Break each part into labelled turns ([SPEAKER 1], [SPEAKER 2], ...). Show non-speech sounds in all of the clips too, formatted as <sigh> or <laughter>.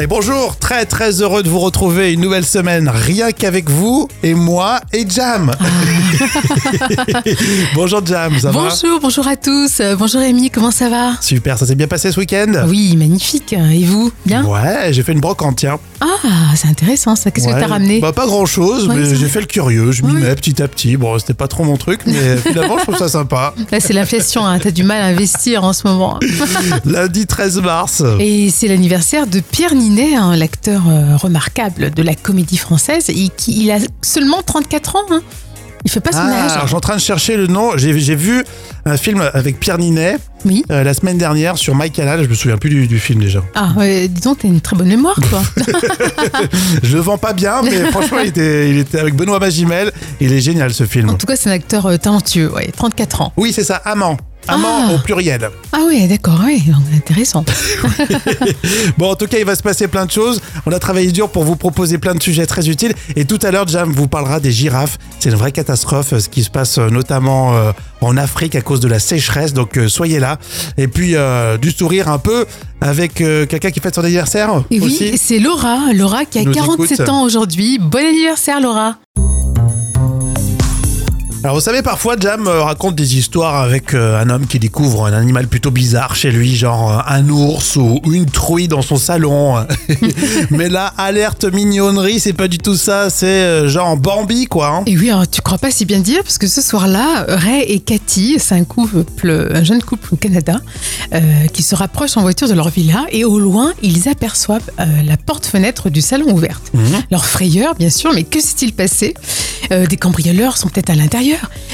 [SPEAKER 1] Et bonjour, très très heureux de vous retrouver une nouvelle semaine, rien qu'avec vous et moi et Jam.
[SPEAKER 2] <laughs>
[SPEAKER 1] bonjour Jam, ça va
[SPEAKER 2] bonjour, bonjour à tous. Euh, Bonjour Rémi, comment ça va
[SPEAKER 1] Super, ça s'est bien passé ce week-end
[SPEAKER 2] Oui, magnifique. Et vous Bien
[SPEAKER 1] Ouais, j'ai fait une brocante, tiens.
[SPEAKER 2] Ah, c'est intéressant ça. Qu'est-ce
[SPEAKER 1] Ouais.
[SPEAKER 2] que t'as ramené
[SPEAKER 1] Bah pas grand chose,
[SPEAKER 2] Ouais,
[SPEAKER 1] mais
[SPEAKER 2] c'est
[SPEAKER 1] j'ai
[SPEAKER 2] vrai.
[SPEAKER 1] fait le curieux, je m'y
[SPEAKER 2] Ouais.
[SPEAKER 1] mets petit à petit. Bon, c'était pas trop mon truc,
[SPEAKER 2] <laughs>
[SPEAKER 1] mais finalement je trouve ça sympa.
[SPEAKER 2] Là, c'est l'inflation. Hein. T'as du mal à investir en
[SPEAKER 1] <laughs>
[SPEAKER 2] ce moment.
[SPEAKER 1] Lundi 13 mars.
[SPEAKER 2] Et c'est l'anniversaire de Pierre Ninet, hein, l'acteur euh, remarquable de la comédie française. Et qui, il a seulement 34 ans. hein. Il fait pas son
[SPEAKER 1] Ah,
[SPEAKER 2] âge.
[SPEAKER 1] alors, je suis en train de chercher le nom. J'ai j'ai vu un film avec Pierre Ninet
[SPEAKER 2] Oui.
[SPEAKER 1] euh, la semaine dernière sur MyCanal. Je me souviens plus du, du film déjà.
[SPEAKER 2] Ah, ouais, dis donc, t'as une très bonne
[SPEAKER 1] <laughs>
[SPEAKER 2] mémoire, quoi.
[SPEAKER 1] Je le vends pas bien, mais
[SPEAKER 2] <laughs>
[SPEAKER 1] franchement, il était, il était avec Benoît Magimel. Il est génial ce film.
[SPEAKER 2] en tout cas, c'est un acteur euh, talentueux. Ouais, 34 ans.
[SPEAKER 1] Oui, c'est ça, Amant. Amant
[SPEAKER 2] Ah.
[SPEAKER 1] au pluriel.
[SPEAKER 2] Ah ouais, d'accord. Ouais, donc, intéressant.
[SPEAKER 1] Bon, en tout cas, il va se passer plein de choses. On a travaillé dur pour vous proposer plein de sujets très utiles. Et tout à l'heure, Jam vous parlera des girafes. C'est une vraie catastrophe, euh, ce qui se passe euh, notamment euh, en Afrique à cause de la sécheresse. Donc, euh, soyez là. Et puis, euh, du sourire un peu avec euh, quelqu'un qui fête son anniversaire
[SPEAKER 2] Et
[SPEAKER 1] aussi.
[SPEAKER 2] oui, c'est Laura. Laura qui a
[SPEAKER 1] Nous
[SPEAKER 2] 47
[SPEAKER 1] écoute.
[SPEAKER 2] ans aujourd'hui. Bon anniversaire, Laura.
[SPEAKER 1] Alors vous savez parfois Jam euh, raconte des histoires avec euh, un homme qui découvre un animal plutôt bizarre chez lui, genre euh, un ours ou une truie dans son salon. <laughs> Mais là, alerte mignonnerie, c'est pas du tout ça, c'est euh, genre Bambi quoi. hein.
[SPEAKER 2] Et oui, alors, tu crois pas si bien dire, parce que ce soir-là, Ray et Cathy, c'est un couple, un jeune couple au Canada, euh, qui se rapprochent en voiture de leur villa, et au loin, ils aperçoivent euh, la porte-fenêtre du salon ouverte.
[SPEAKER 1] Mhm.
[SPEAKER 2] Leur frayeur, bien sûr, mais que s'est-il passé Euh, Des cambrioleurs sont peut-être à l'intérieur.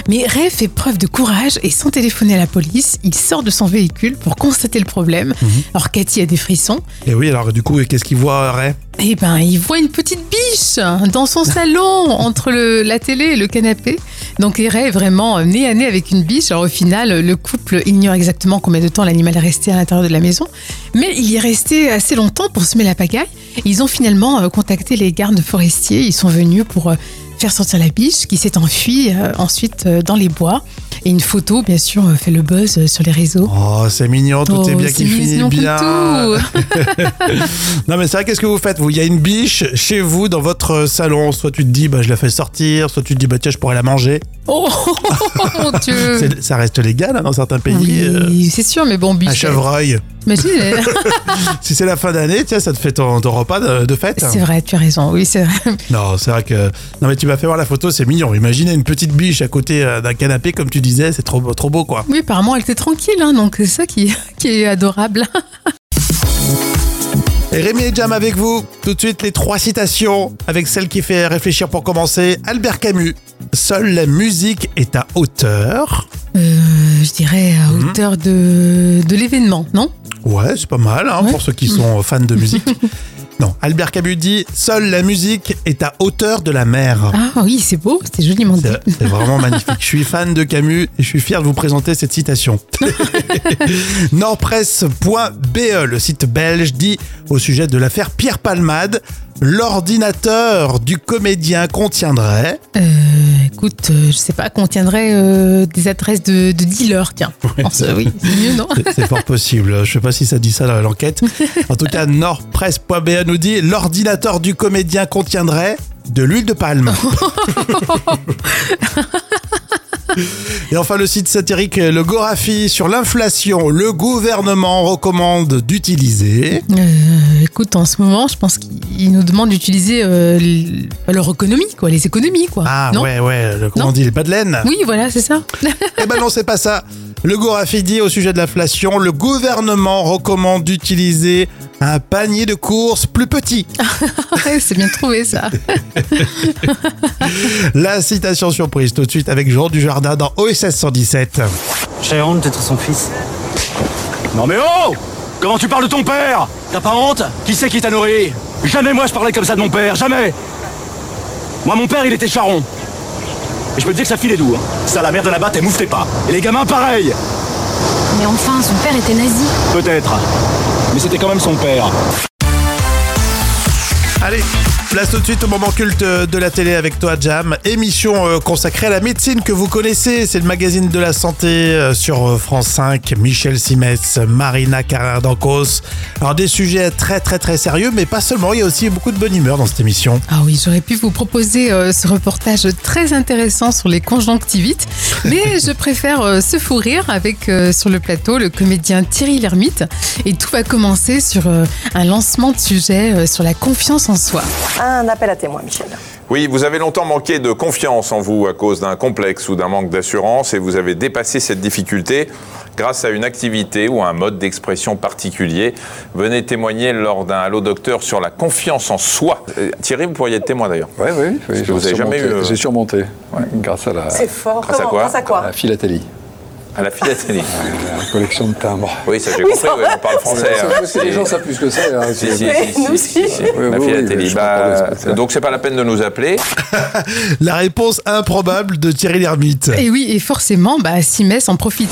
[SPEAKER 2] Mais Ray fait preuve de courage et sans téléphoner à la police, il sort de son véhicule pour constater le problème. Alors Cathy a des frissons,
[SPEAKER 1] Et oui, alors du coup, qu'est-ce qu'il voit Ray
[SPEAKER 2] Eh ben, il voit une petite biche dans son salon, <laughs> entre le- la télé et le canapé. Donc, il est vraiment euh, nez à nez avec une biche. Alors, au final, le couple ignore exactement combien de temps l'animal est resté à l'intérieur de la maison. Mais il y est resté assez longtemps pour semer la pagaille. Ils ont finalement euh, contacté les gardes forestiers. Ils sont venus pour euh, faire sortir la biche qui s'est enfuie euh, ensuite euh, dans les bois. Et une photo, bien sûr, euh, fait le buzz euh, sur les réseaux.
[SPEAKER 1] Oh, c'est mignon, tout est
[SPEAKER 2] Oh,
[SPEAKER 1] bien
[SPEAKER 2] c'est
[SPEAKER 1] qui finit
[SPEAKER 2] mignon comme
[SPEAKER 1] bien. <laughs>
[SPEAKER 2] tout.
[SPEAKER 1] Non mais c'est vrai, qu'est-ce que vous faites vous Il y a une biche chez vous dans votre salon. Soit tu te dis bah je la fais sortir, soit tu te dis bah tiens je pourrais la manger.
[SPEAKER 2] Oh mon Dieu
[SPEAKER 1] C'est- Ça reste légal hein, dans certains pays. euh,
[SPEAKER 2] Mm. Oui, c'est sûr, mais bon, biche.
[SPEAKER 1] un chevreuil. <laughs>
[SPEAKER 2] Imagine, euh,
[SPEAKER 1] Si c'est la fin d'année, tiens, ça te fait ton, ton repas de, de fête.
[SPEAKER 2] c'est vrai, tu as raison. Oui, c'est vrai.
[SPEAKER 1] Non, c'est vrai que. Non, mais tu m'as fait voir la photo, c'est mignon. Imaginez une petite biche à côté euh, d'un canapé, comme tu disais, c'est trop, trop beau, quoi.
[SPEAKER 2] Oui, apparemment, elle était tranquille, hein, donc c'est ça qui, qui est adorable. hein.
[SPEAKER 1] Et Rémi et Jam avec vous. Tout de suite, les trois citations, avec celle qui fait réfléchir pour commencer. Albert Camus. Seule la musique est à hauteur.
[SPEAKER 2] Euh, je dirais à
[SPEAKER 1] Mhm.
[SPEAKER 2] hauteur de, de l'événement, non
[SPEAKER 1] Ouais, c'est pas mal, hein,
[SPEAKER 2] Ouais.
[SPEAKER 1] pour ceux qui sont fans de musique.
[SPEAKER 2] <laughs>
[SPEAKER 1] Non, Albert Camus dit Seule la musique est à hauteur de la mer.
[SPEAKER 2] Ah oui, c'est beau, c'était joliment dit.
[SPEAKER 1] C'est c'est vraiment magnifique. Je suis fan de Camus et je suis fier de vous présenter cette citation. Nordpresse.be, le site belge, dit au sujet de l'affaire Pierre Palmade L'ordinateur du comédien contiendrait.
[SPEAKER 2] Euh, écoute, euh, je sais pas, contiendrait euh, des adresses de, de
[SPEAKER 1] <laughs>
[SPEAKER 2] dealers, tiens. Je pense, euh, oui, c'est mieux, non
[SPEAKER 1] C'est- C'est fort possible. Je sais pas si ça dit ça dans l'enquête. En tout cas, Nordpresse.be nous dit L'ordinateur du comédien contiendrait de l'huile de
[SPEAKER 2] <laughs>
[SPEAKER 1] palme. Et enfin, le site satirique euh, Le Gorafi sur l'inflation, le gouvernement recommande d'utiliser.
[SPEAKER 2] Euh, Écoute, en ce moment, je pense qu'ils nous demandent d'utiliser euh, l- leur économie, quoi, les économies, quoi.
[SPEAKER 1] Ah
[SPEAKER 2] non
[SPEAKER 1] ouais, ouais, le, comment
[SPEAKER 2] Non.
[SPEAKER 1] on dit, les pas de
[SPEAKER 2] <laughs>
[SPEAKER 1] laine.
[SPEAKER 2] Oui, voilà, c'est ça.
[SPEAKER 1] Eh ben non, c'est pas ça. Le Gorafi dit au sujet de l'inflation, le gouvernement recommande d'utiliser un panier de courses plus petit.
[SPEAKER 2] c'est bien trouvé, ça.
[SPEAKER 1] La citation surprise tout de suite avec Jean Dujardin dans OSS 117.
[SPEAKER 3] J'ai honte d'être son fils.
[SPEAKER 4] Non mais oh Comment tu parles de ton père T'as pas honte Qui c'est qui t'a nourri Jamais moi je parlais comme ça de mon père, jamais Moi mon père il était charron. Et je peux te dire que sa fille est doux. hein. Ça la mère de là-bas t'es mouffeté pas. Et les gamins pareil
[SPEAKER 5] Mais enfin, son père était nazi.
[SPEAKER 4] Peut-être. Mais c'était quand même son père.
[SPEAKER 1] Allez, Place tout de suite au moment culte de la télé avec toi, Jam. Émission euh, consacrée à la médecine que vous connaissez. C'est le magazine de la santé euh, sur euh, France 5. Michel Simès, Marina Carrère d'Ancos. Alors, des sujets très, très, très sérieux, mais pas seulement. Il y a aussi beaucoup de bonne humeur dans cette émission.
[SPEAKER 2] Ah oui, j'aurais pu vous proposer euh, ce reportage très intéressant sur les conjonctivites, mais je préfère euh, se fou rire avec euh, sur le plateau le comédien Thierry Lhermitte. Et tout va commencer sur euh, un lancement de sujet euh, sur la confiance en soi.
[SPEAKER 6] Un appel à témoins, Michel.
[SPEAKER 7] Oui, vous avez longtemps manqué de confiance en vous à cause d'un complexe ou d'un manque d'assurance et vous avez dépassé cette difficulté grâce à une activité ou à un mode d'expression particulier. Venez témoigner lors d'un Allo Docteur sur la confiance en soi. Euh, Thierry, vous pourriez être témoin d'ailleurs.
[SPEAKER 8] Oui, oui, oui.
[SPEAKER 7] que
[SPEAKER 8] j'ai
[SPEAKER 7] vous avez jamais
[SPEAKER 8] surmonté-
[SPEAKER 7] eu, euh, Hmm.
[SPEAKER 8] J'ai surmonté. Grâce à la,
[SPEAKER 6] C'est fort.
[SPEAKER 7] grâce à
[SPEAKER 6] Comment
[SPEAKER 7] quoi
[SPEAKER 6] Grâce à
[SPEAKER 8] à
[SPEAKER 6] quoi
[SPEAKER 8] la philatélie,
[SPEAKER 7] À la
[SPEAKER 8] <laughs>
[SPEAKER 7] philatélie.
[SPEAKER 8] la collection de timbres.
[SPEAKER 7] Oui, ça j'ai compris, oui, on parle français.
[SPEAKER 8] Ça,
[SPEAKER 7] hein,
[SPEAKER 8] parce que
[SPEAKER 7] c'est-
[SPEAKER 8] les gens savent plus que ça. hein,
[SPEAKER 7] Si, si,
[SPEAKER 8] c'est-
[SPEAKER 7] si,
[SPEAKER 6] Mais
[SPEAKER 7] si,
[SPEAKER 6] nous
[SPEAKER 7] si,
[SPEAKER 6] aussi.
[SPEAKER 7] si.
[SPEAKER 8] Oui,
[SPEAKER 7] La
[SPEAKER 8] oui, oui,
[SPEAKER 7] philatélie.
[SPEAKER 8] je
[SPEAKER 7] Bah,
[SPEAKER 8] comprends, c'est pour ça.
[SPEAKER 7] donc c'est pas la peine de nous appeler.
[SPEAKER 1] La réponse improbable de Thierry Lhermitte.
[SPEAKER 2] Et oui, et forcément, bah, Simès en profite.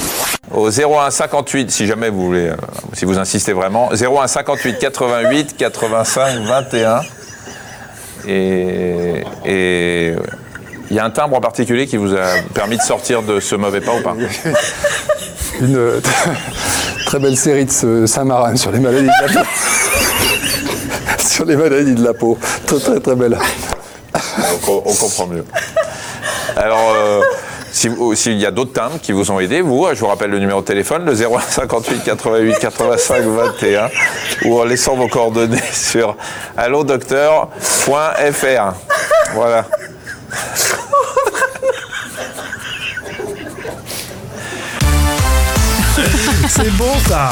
[SPEAKER 7] Au 01 58, si jamais vous voulez, euh, si vous insistez vraiment, 01 58 88 85 21. Et et il y a un timbre en particulier qui vous a permis de sortir de ce mauvais pas ou pas
[SPEAKER 8] Une <laughs> euh, très belle série de ce Samarin sur les maladies de la peau. <laughs> sur les maladies de la peau. Très, très, très belle.
[SPEAKER 7] on, on comprend mieux. Alors, euh, si vous- s'il y a d'autres timbres qui vous ont aidé, vous, euh, je vous rappelle le numéro de téléphone, le 01 58 88 85 21, ou en laissant vos coordonnées <laughs> sur allodocteur.fr. Voilà.
[SPEAKER 1] C'est bon
[SPEAKER 2] <laughs>
[SPEAKER 1] ça.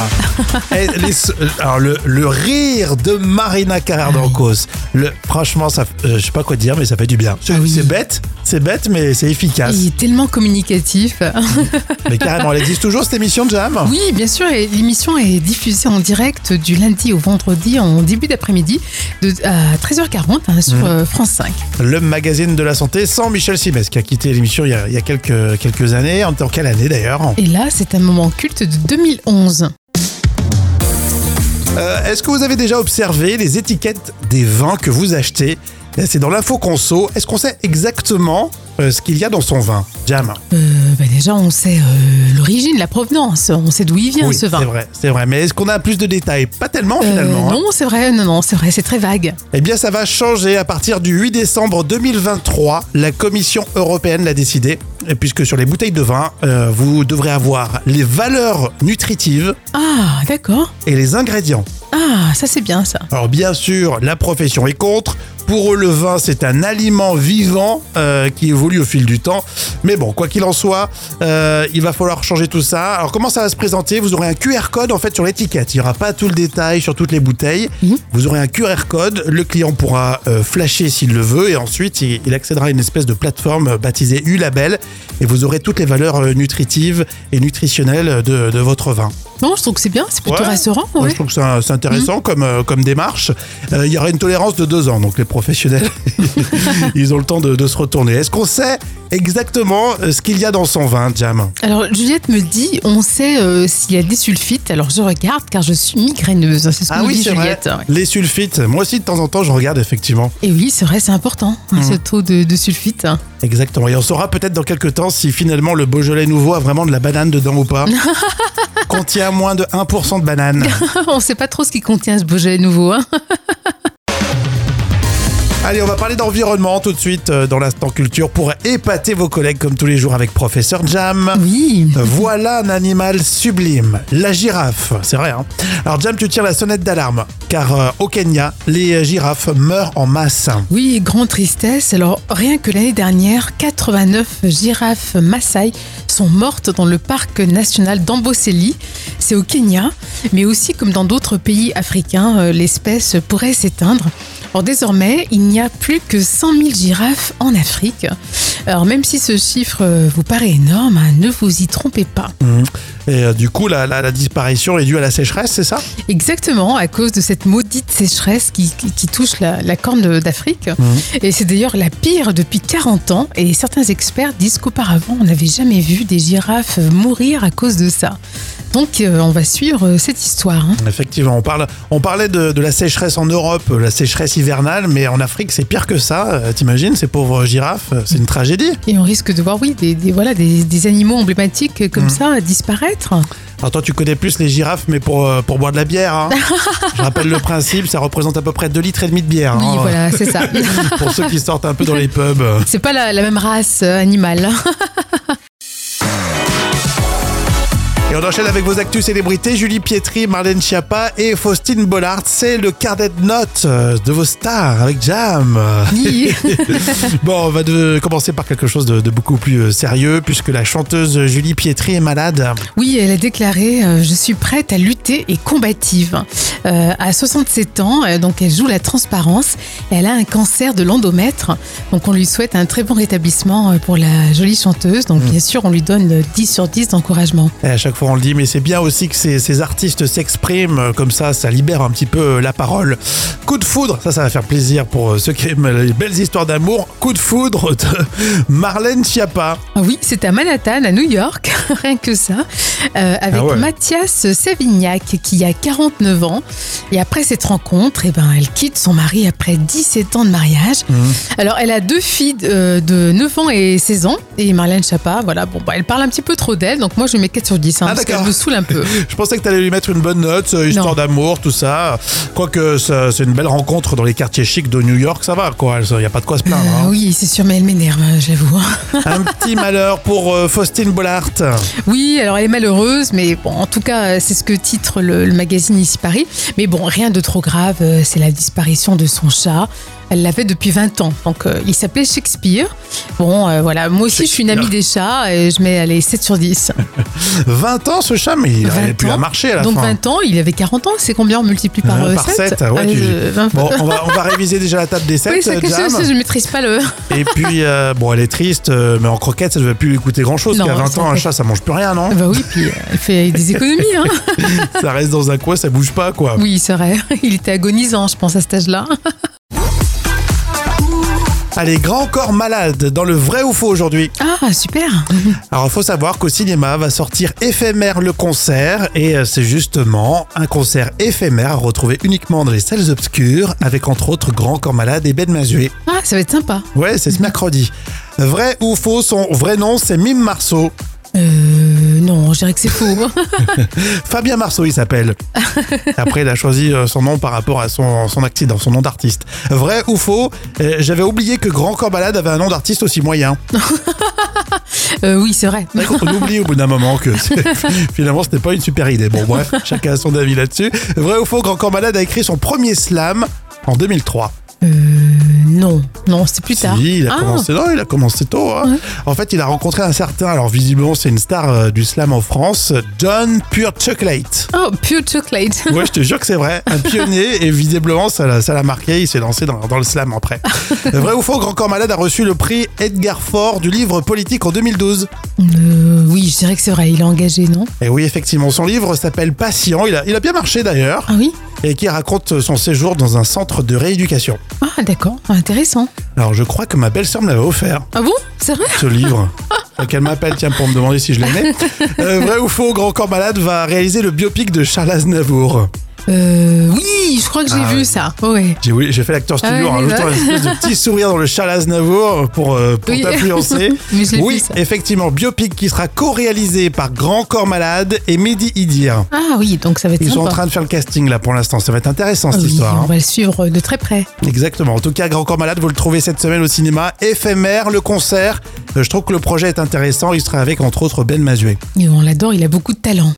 [SPEAKER 1] Eh, les so- euh, alors le, le rire de Marina Carrère
[SPEAKER 2] Ah
[SPEAKER 1] d'Ancos. Le franchement ça, f- euh, je sais pas quoi dire mais ça fait du bien. C'est
[SPEAKER 2] Ah oui.
[SPEAKER 1] c'est bête, c'est bête mais c'est efficace.
[SPEAKER 2] Il est tellement communicatif.
[SPEAKER 1] Mais carrément, elle existe toujours cette émission de Jam.
[SPEAKER 2] Oui, bien sûr, et l'émission est diffusée en direct du lundi au vendredi en début d'après-midi de- à 13h40 hein, sur euh, France 5.
[SPEAKER 1] Le magazine de la santé sans Michel Simès qui a quitté l'émission il y a, il y a quelques quelques années. En, en quelle année d'ailleurs
[SPEAKER 2] Et là, c'est un moment culte de 2011.
[SPEAKER 1] Euh, Est-ce que vous avez déjà observé les étiquettes des vins que vous achetez Là, C'est dans l'info conso. Est-ce qu'on sait exactement euh, ce qu'il y a dans son vin Jam.
[SPEAKER 2] Euh, bah déjà, on sait euh, l'origine, la provenance, on sait d'où il vient
[SPEAKER 1] Oui,
[SPEAKER 2] ce vin.
[SPEAKER 1] C'est vrai, c'est vrai. Mais est-ce qu'on a plus de détails Pas tellement
[SPEAKER 2] Euh,
[SPEAKER 1] finalement. hein.
[SPEAKER 2] non, c'est vrai, non, non, c'est vrai, c'est très vague.
[SPEAKER 1] Eh bien, ça va changer à partir du 8 décembre 2023. La Commission européenne l'a décidé, Et puisque sur les bouteilles de vin, euh, vous devrez avoir les valeurs nutritives
[SPEAKER 2] Ah, d'accord.
[SPEAKER 1] et les ingrédients.
[SPEAKER 2] Ah, ça c'est bien ça.
[SPEAKER 1] Alors bien sûr, la profession est contre. Pour eux, le vin, c'est un aliment vivant euh, qui évolue au fil du temps. Mais bon, quoi qu'il en soit, euh, il va falloir changer tout ça. Alors comment ça va se présenter Vous aurez un QR code en fait sur l'étiquette. Il n'y aura pas tout le détail sur toutes les bouteilles.
[SPEAKER 2] Mhm.
[SPEAKER 1] Vous aurez un QR code. Le client pourra euh, flasher s'il le veut et ensuite il, il accédera à une espèce de plateforme euh, baptisée U-Label et vous aurez toutes les valeurs euh, nutritives et nutritionnelles de- de votre vin.
[SPEAKER 2] Non, je trouve que c'est bien, c'est plutôt
[SPEAKER 1] Ouais.
[SPEAKER 2] rassurant.
[SPEAKER 1] Moi,
[SPEAKER 2] ouais.
[SPEAKER 1] je trouve que c'est un- c'est intéressant comme, euh, comme démarche. Euh, Il y aura une tolérance de deux ans, donc les professionnels, ils ont le temps de, de se retourner. Est-ce qu'on sait exactement euh, ce qu'il y a dans son vin, Jam
[SPEAKER 2] Alors, Juliette me dit, on sait euh, s'il y a des sulfites. Alors, je regarde car je suis migraineuse. hein, Ah C'est ce
[SPEAKER 1] Ah
[SPEAKER 2] que me dit Juliette. ouais.
[SPEAKER 1] Les sulfites, moi aussi de temps en temps je regarde effectivement.
[SPEAKER 2] Et oui, c'est vrai, c'est important,
[SPEAKER 1] Mmh.
[SPEAKER 2] hein, ce taux de, de sulfite.
[SPEAKER 1] Exactement. Et on saura peut-être dans quelques temps si finalement le Beaujolais nouveau a vraiment de la banane dedans ou pas. Contient moins de 1% de banane.
[SPEAKER 2] <laughs> on ne sait pas trop ce qui contient ce Beaujolais nouveau. hein.
[SPEAKER 1] Allez, on va parler d'environnement tout de suite euh, dans l'instant culture pour épater vos collègues comme tous les jours avec Professeur Jam.
[SPEAKER 2] Oui.
[SPEAKER 1] Voilà un animal sublime, la girafe. C'est vrai. Hein Alors Jam, tu tires la sonnette d'alarme, car euh, au Kenya, les girafes meurent en masse.
[SPEAKER 2] Oui, grande tristesse. Alors, rien que l'année dernière, 89 girafes Maasai sont mortes dans le parc national d'Amboseli. C'est au Kenya, mais aussi comme dans d'autres pays africains, euh, l'espèce pourrait s'éteindre. Or, désormais, il n'y a plus que 100 000 girafes en Afrique. Alors, même si ce chiffre euh, vous paraît énorme, hein, ne vous y trompez pas.
[SPEAKER 1] Et euh, du coup, la, la- la disparition est due à la sécheresse, c'est ça
[SPEAKER 2] Exactement, à cause de cette maudite sécheresse qui, qui- qui touche la, la corne de- d'Afrique. Et c'est d'ailleurs la pire depuis 40 ans. Et certains experts disent qu'auparavant, on n'avait jamais vu des girafes mourir à cause de ça. Donc, euh, on va suivre euh, cette histoire. hein.
[SPEAKER 1] Effectivement, on, parle, on parlait de, de la sécheresse en Europe, euh, la sécheresse hivernale, mais en Afrique, c'est pire que ça. Euh, T'imagines, ces pauvres girafes, euh, c'est une tragédie.
[SPEAKER 2] Et on risque de voir, oui, des, des- voilà, des, des animaux emblématiques euh, comme ça disparaître.
[SPEAKER 1] Alors toi, tu connais plus les girafes, mais pour, euh, pour boire de la bière.
[SPEAKER 2] <laughs>
[SPEAKER 1] hein. Je rappelle le principe, ça représente à peu près 2 litres et demi de bière.
[SPEAKER 2] Oui,
[SPEAKER 1] hein.
[SPEAKER 2] voilà, c'est ça.
[SPEAKER 1] Pour ceux qui sortent un peu dans les pubs.
[SPEAKER 2] C'est pas la, la même race euh, animale.
[SPEAKER 1] Et on enchaîne avec vos actus célébrités, Julie Pietri, Marlène Schiappa et Faustine Bollard. C'est le carnet de notes euh, de vos stars avec Jam.
[SPEAKER 2] Ni-
[SPEAKER 1] Bon, on va de- commencer par quelque chose de, de beaucoup plus euh, sérieux, puisque la chanteuse Julie Pietri est malade.
[SPEAKER 2] Oui, elle a déclaré euh, Je suis prête à lutter et combative. Euh, à 67 ans, euh, donc elle joue la transparence. Elle a un cancer de l'endomètre. Donc on lui souhaite un très bon rétablissement euh, pour la jolie chanteuse. Donc bien sûr, on lui donne euh, 10 sur 10 d'encouragement.
[SPEAKER 1] Et à chaque fois, on le dit, mais c'est bien aussi que ces, ces artistes s'expriment, euh, comme ça, ça libère un petit peu euh, la parole. Coup de foudre, ça, ça va faire plaisir pour euh, ceux qui aiment les belles histoires d'amour. Coup de foudre de <laughs> Marlène Schiappa.
[SPEAKER 2] Ah Oui, c'est à Manhattan, à New York, <laughs> rien que ça, euh, avec
[SPEAKER 1] Ah ouais.
[SPEAKER 2] Mathias Savignac qui a 49 ans. Et après cette rencontre, eh ben, elle quitte son mari après 17 ans de mariage.
[SPEAKER 1] Mmh.
[SPEAKER 2] Alors, elle a deux filles euh, de 9 ans et 16 ans. Et Marlène Chapa, voilà, bon, bah, elle parle un petit peu trop d'elle, donc moi je mets 4 sur 10, hein,
[SPEAKER 1] Ah,
[SPEAKER 2] parce
[SPEAKER 1] d'accord.
[SPEAKER 2] qu'elle me saoule
[SPEAKER 1] <laughs>
[SPEAKER 2] un peu.
[SPEAKER 1] Je pensais que t'allais lui mettre une bonne note, euh, histoire
[SPEAKER 2] Non.
[SPEAKER 1] d'amour, tout ça. Quoique, ça- c'est une belle rencontre dans les quartiers chics de New York, ça va, quoi. Il n'y a pas de quoi se plaindre.
[SPEAKER 2] Euh, <laughs>
[SPEAKER 1] hein.
[SPEAKER 2] oui, c'est sûr, mais elle m'énerve, hein, j'avoue.
[SPEAKER 1] Un petit malheur pour euh, Faustine Bollard.
[SPEAKER 2] Oui, alors elle est malheureuse, mais bon, en tout cas, euh, c'est ce que titre le, le magazine Ici Paris. Mais bon, rien de trop grave, euh, c'est la disparition de son chat. Elle l'avait depuis 20 ans, donc euh, il s'appelait Shakespeare. Bon, euh, voilà, moi aussi je suis une amie des chats et je mets allez, 7 sur 10.
[SPEAKER 1] 20 ans ce chat, mais il n'avait
[SPEAKER 2] 20
[SPEAKER 1] plus à
[SPEAKER 2] ans.
[SPEAKER 1] marcher à la
[SPEAKER 2] donc
[SPEAKER 1] fin.
[SPEAKER 2] 20 ans, il avait 40 ans, c'est combien on multiplie par,
[SPEAKER 1] Euh,
[SPEAKER 2] euh,
[SPEAKER 1] par
[SPEAKER 2] sept
[SPEAKER 1] sept, ouais,
[SPEAKER 2] Allez,
[SPEAKER 1] tu-
[SPEAKER 2] euh, vingt-
[SPEAKER 1] Bon, on va, on va réviser déjà la table des 7,
[SPEAKER 2] <laughs> oui, c'est quelque
[SPEAKER 1] Jam.
[SPEAKER 2] chose, je ne maîtrise pas le... <laughs>
[SPEAKER 1] Et puis, euh, bon, elle est triste, euh, mais en croquette, ça ne devait plus lui coûter grand chose.
[SPEAKER 2] Non,
[SPEAKER 1] Parce qu'à 20 ans, un
[SPEAKER 2] c'est-
[SPEAKER 1] chat, ça mange plus rien, non
[SPEAKER 2] bah oui, puis euh, elle fait des économies.
[SPEAKER 1] <laughs>
[SPEAKER 2] Hein.
[SPEAKER 1] Ça reste dans un coin, ça bouge pas, quoi.
[SPEAKER 2] Oui, c'est vrai, <laughs> il était agonisant, je pense, à cet âge-là.
[SPEAKER 1] Allez, grand corps malade, dans le vrai ou faux aujourd'hui.
[SPEAKER 2] Ah, super
[SPEAKER 1] Alors, il faut savoir qu'au cinéma va sortir éphémère le concert, et euh, c'est justement un concert éphémère à retrouver uniquement dans les salles obscures, avec entre autres Grand Corps Malade et Ben Mazué.
[SPEAKER 2] Ah, ça va être sympa.
[SPEAKER 1] Ouais, c'est ce mercredi. Vrai ou faux, son vrai nom, c'est Mime Marceau.
[SPEAKER 2] Euh, non, je dirais que
[SPEAKER 1] <laughs>
[SPEAKER 2] c'est faux.
[SPEAKER 1] Fabien Marceau, il s'appelle. Après, il a choisi euh, son nom par rapport à son, son accident, son nom d'artiste. Vrai ou faux euh, J'avais oublié que Grand Corps Malade avait un nom d'artiste aussi moyen.
[SPEAKER 2] Euh, oui, c'est vrai.
[SPEAKER 1] On oublie au bout d'un moment que
[SPEAKER 2] <laughs>
[SPEAKER 1] c'est- finalement, ce n'est pas une super idée. Bon, bref, chacun a son avis là-dessus. Vrai ou faux Grand Corps Malade a écrit son premier slam en 2003.
[SPEAKER 2] Euh, Non, non, c'était plus tard.
[SPEAKER 1] Si, il a
[SPEAKER 2] Ah,
[SPEAKER 1] commencé. Non, il a commencé tôt. hein. En fait, il a rencontré un certain. Alors, visiblement, c'est une star euh, du slam en France, John Pure Chocolate.
[SPEAKER 2] Oh, pure chocolate.
[SPEAKER 1] Ouais, je te jure que c'est vrai. Un pionnier, et visiblement, ça l'a ça l'a marqué. Il s'est lancé dans, dans le slam
[SPEAKER 2] <laughs>
[SPEAKER 1] après. Vrai ou faux, Grand Corps Malade a reçu le prix Edgar Faure du livre politique en 2012.
[SPEAKER 2] Euh, oui, je dirais que c'est vrai. Il est engagé, non
[SPEAKER 1] Et oui, effectivement, son livre s'appelle Patient. Il a, il a bien marché d'ailleurs,
[SPEAKER 2] Ah oui
[SPEAKER 1] et qui raconte son séjour dans un centre de rééducation.
[SPEAKER 2] Ah, d'accord. Intéressant.
[SPEAKER 1] Alors, je crois que ma belle-sœur me l'avait offert.
[SPEAKER 2] Ah bon C'est vrai
[SPEAKER 1] ce
[SPEAKER 2] <laughs>
[SPEAKER 1] livre. Faut qu'elle m'appelle, tiens, pour me demander si je l'aimais. Euh, vrai ou faux, Grand Corps Malade va réaliser le biopic de Charles Aznavour.
[SPEAKER 2] euh, Oui, je crois que j'ai
[SPEAKER 1] Ah
[SPEAKER 2] vu
[SPEAKER 1] ouais.
[SPEAKER 2] ça. Ouais.
[SPEAKER 1] J'ai oui, j'ai fait l'acteur
[SPEAKER 2] Ah
[SPEAKER 1] studio en
[SPEAKER 2] ouais, il est
[SPEAKER 1] rajoutant
[SPEAKER 2] là.
[SPEAKER 1] une espèce de petit sourire dans le Charles Aznavour pour, euh, pour
[SPEAKER 2] Oui.
[SPEAKER 1] t'influencer.
[SPEAKER 2] <laughs> Mais je l'ai
[SPEAKER 1] oui,
[SPEAKER 2] vu, ça.
[SPEAKER 1] effectivement, biopic qui sera co-réalisé par Grand Corps Malade et Mehdi Idir.
[SPEAKER 2] Ah oui, donc ça va être
[SPEAKER 1] Ils
[SPEAKER 2] sympa.
[SPEAKER 1] sont en train de faire le casting là pour l'instant, ça va être intéressant
[SPEAKER 2] Ah
[SPEAKER 1] cette
[SPEAKER 2] oui,
[SPEAKER 1] histoire.
[SPEAKER 2] on
[SPEAKER 1] hein.
[SPEAKER 2] va le suivre de très près.
[SPEAKER 1] Exactement. En tout cas, Grand Corps Malade, vous le trouvez cette semaine au cinéma. Éphémère, le concert. Euh, Je trouve que le projet est intéressant. Il sera avec entre autres Ben Mazué.
[SPEAKER 2] Et on l'adore, il a beaucoup de talent.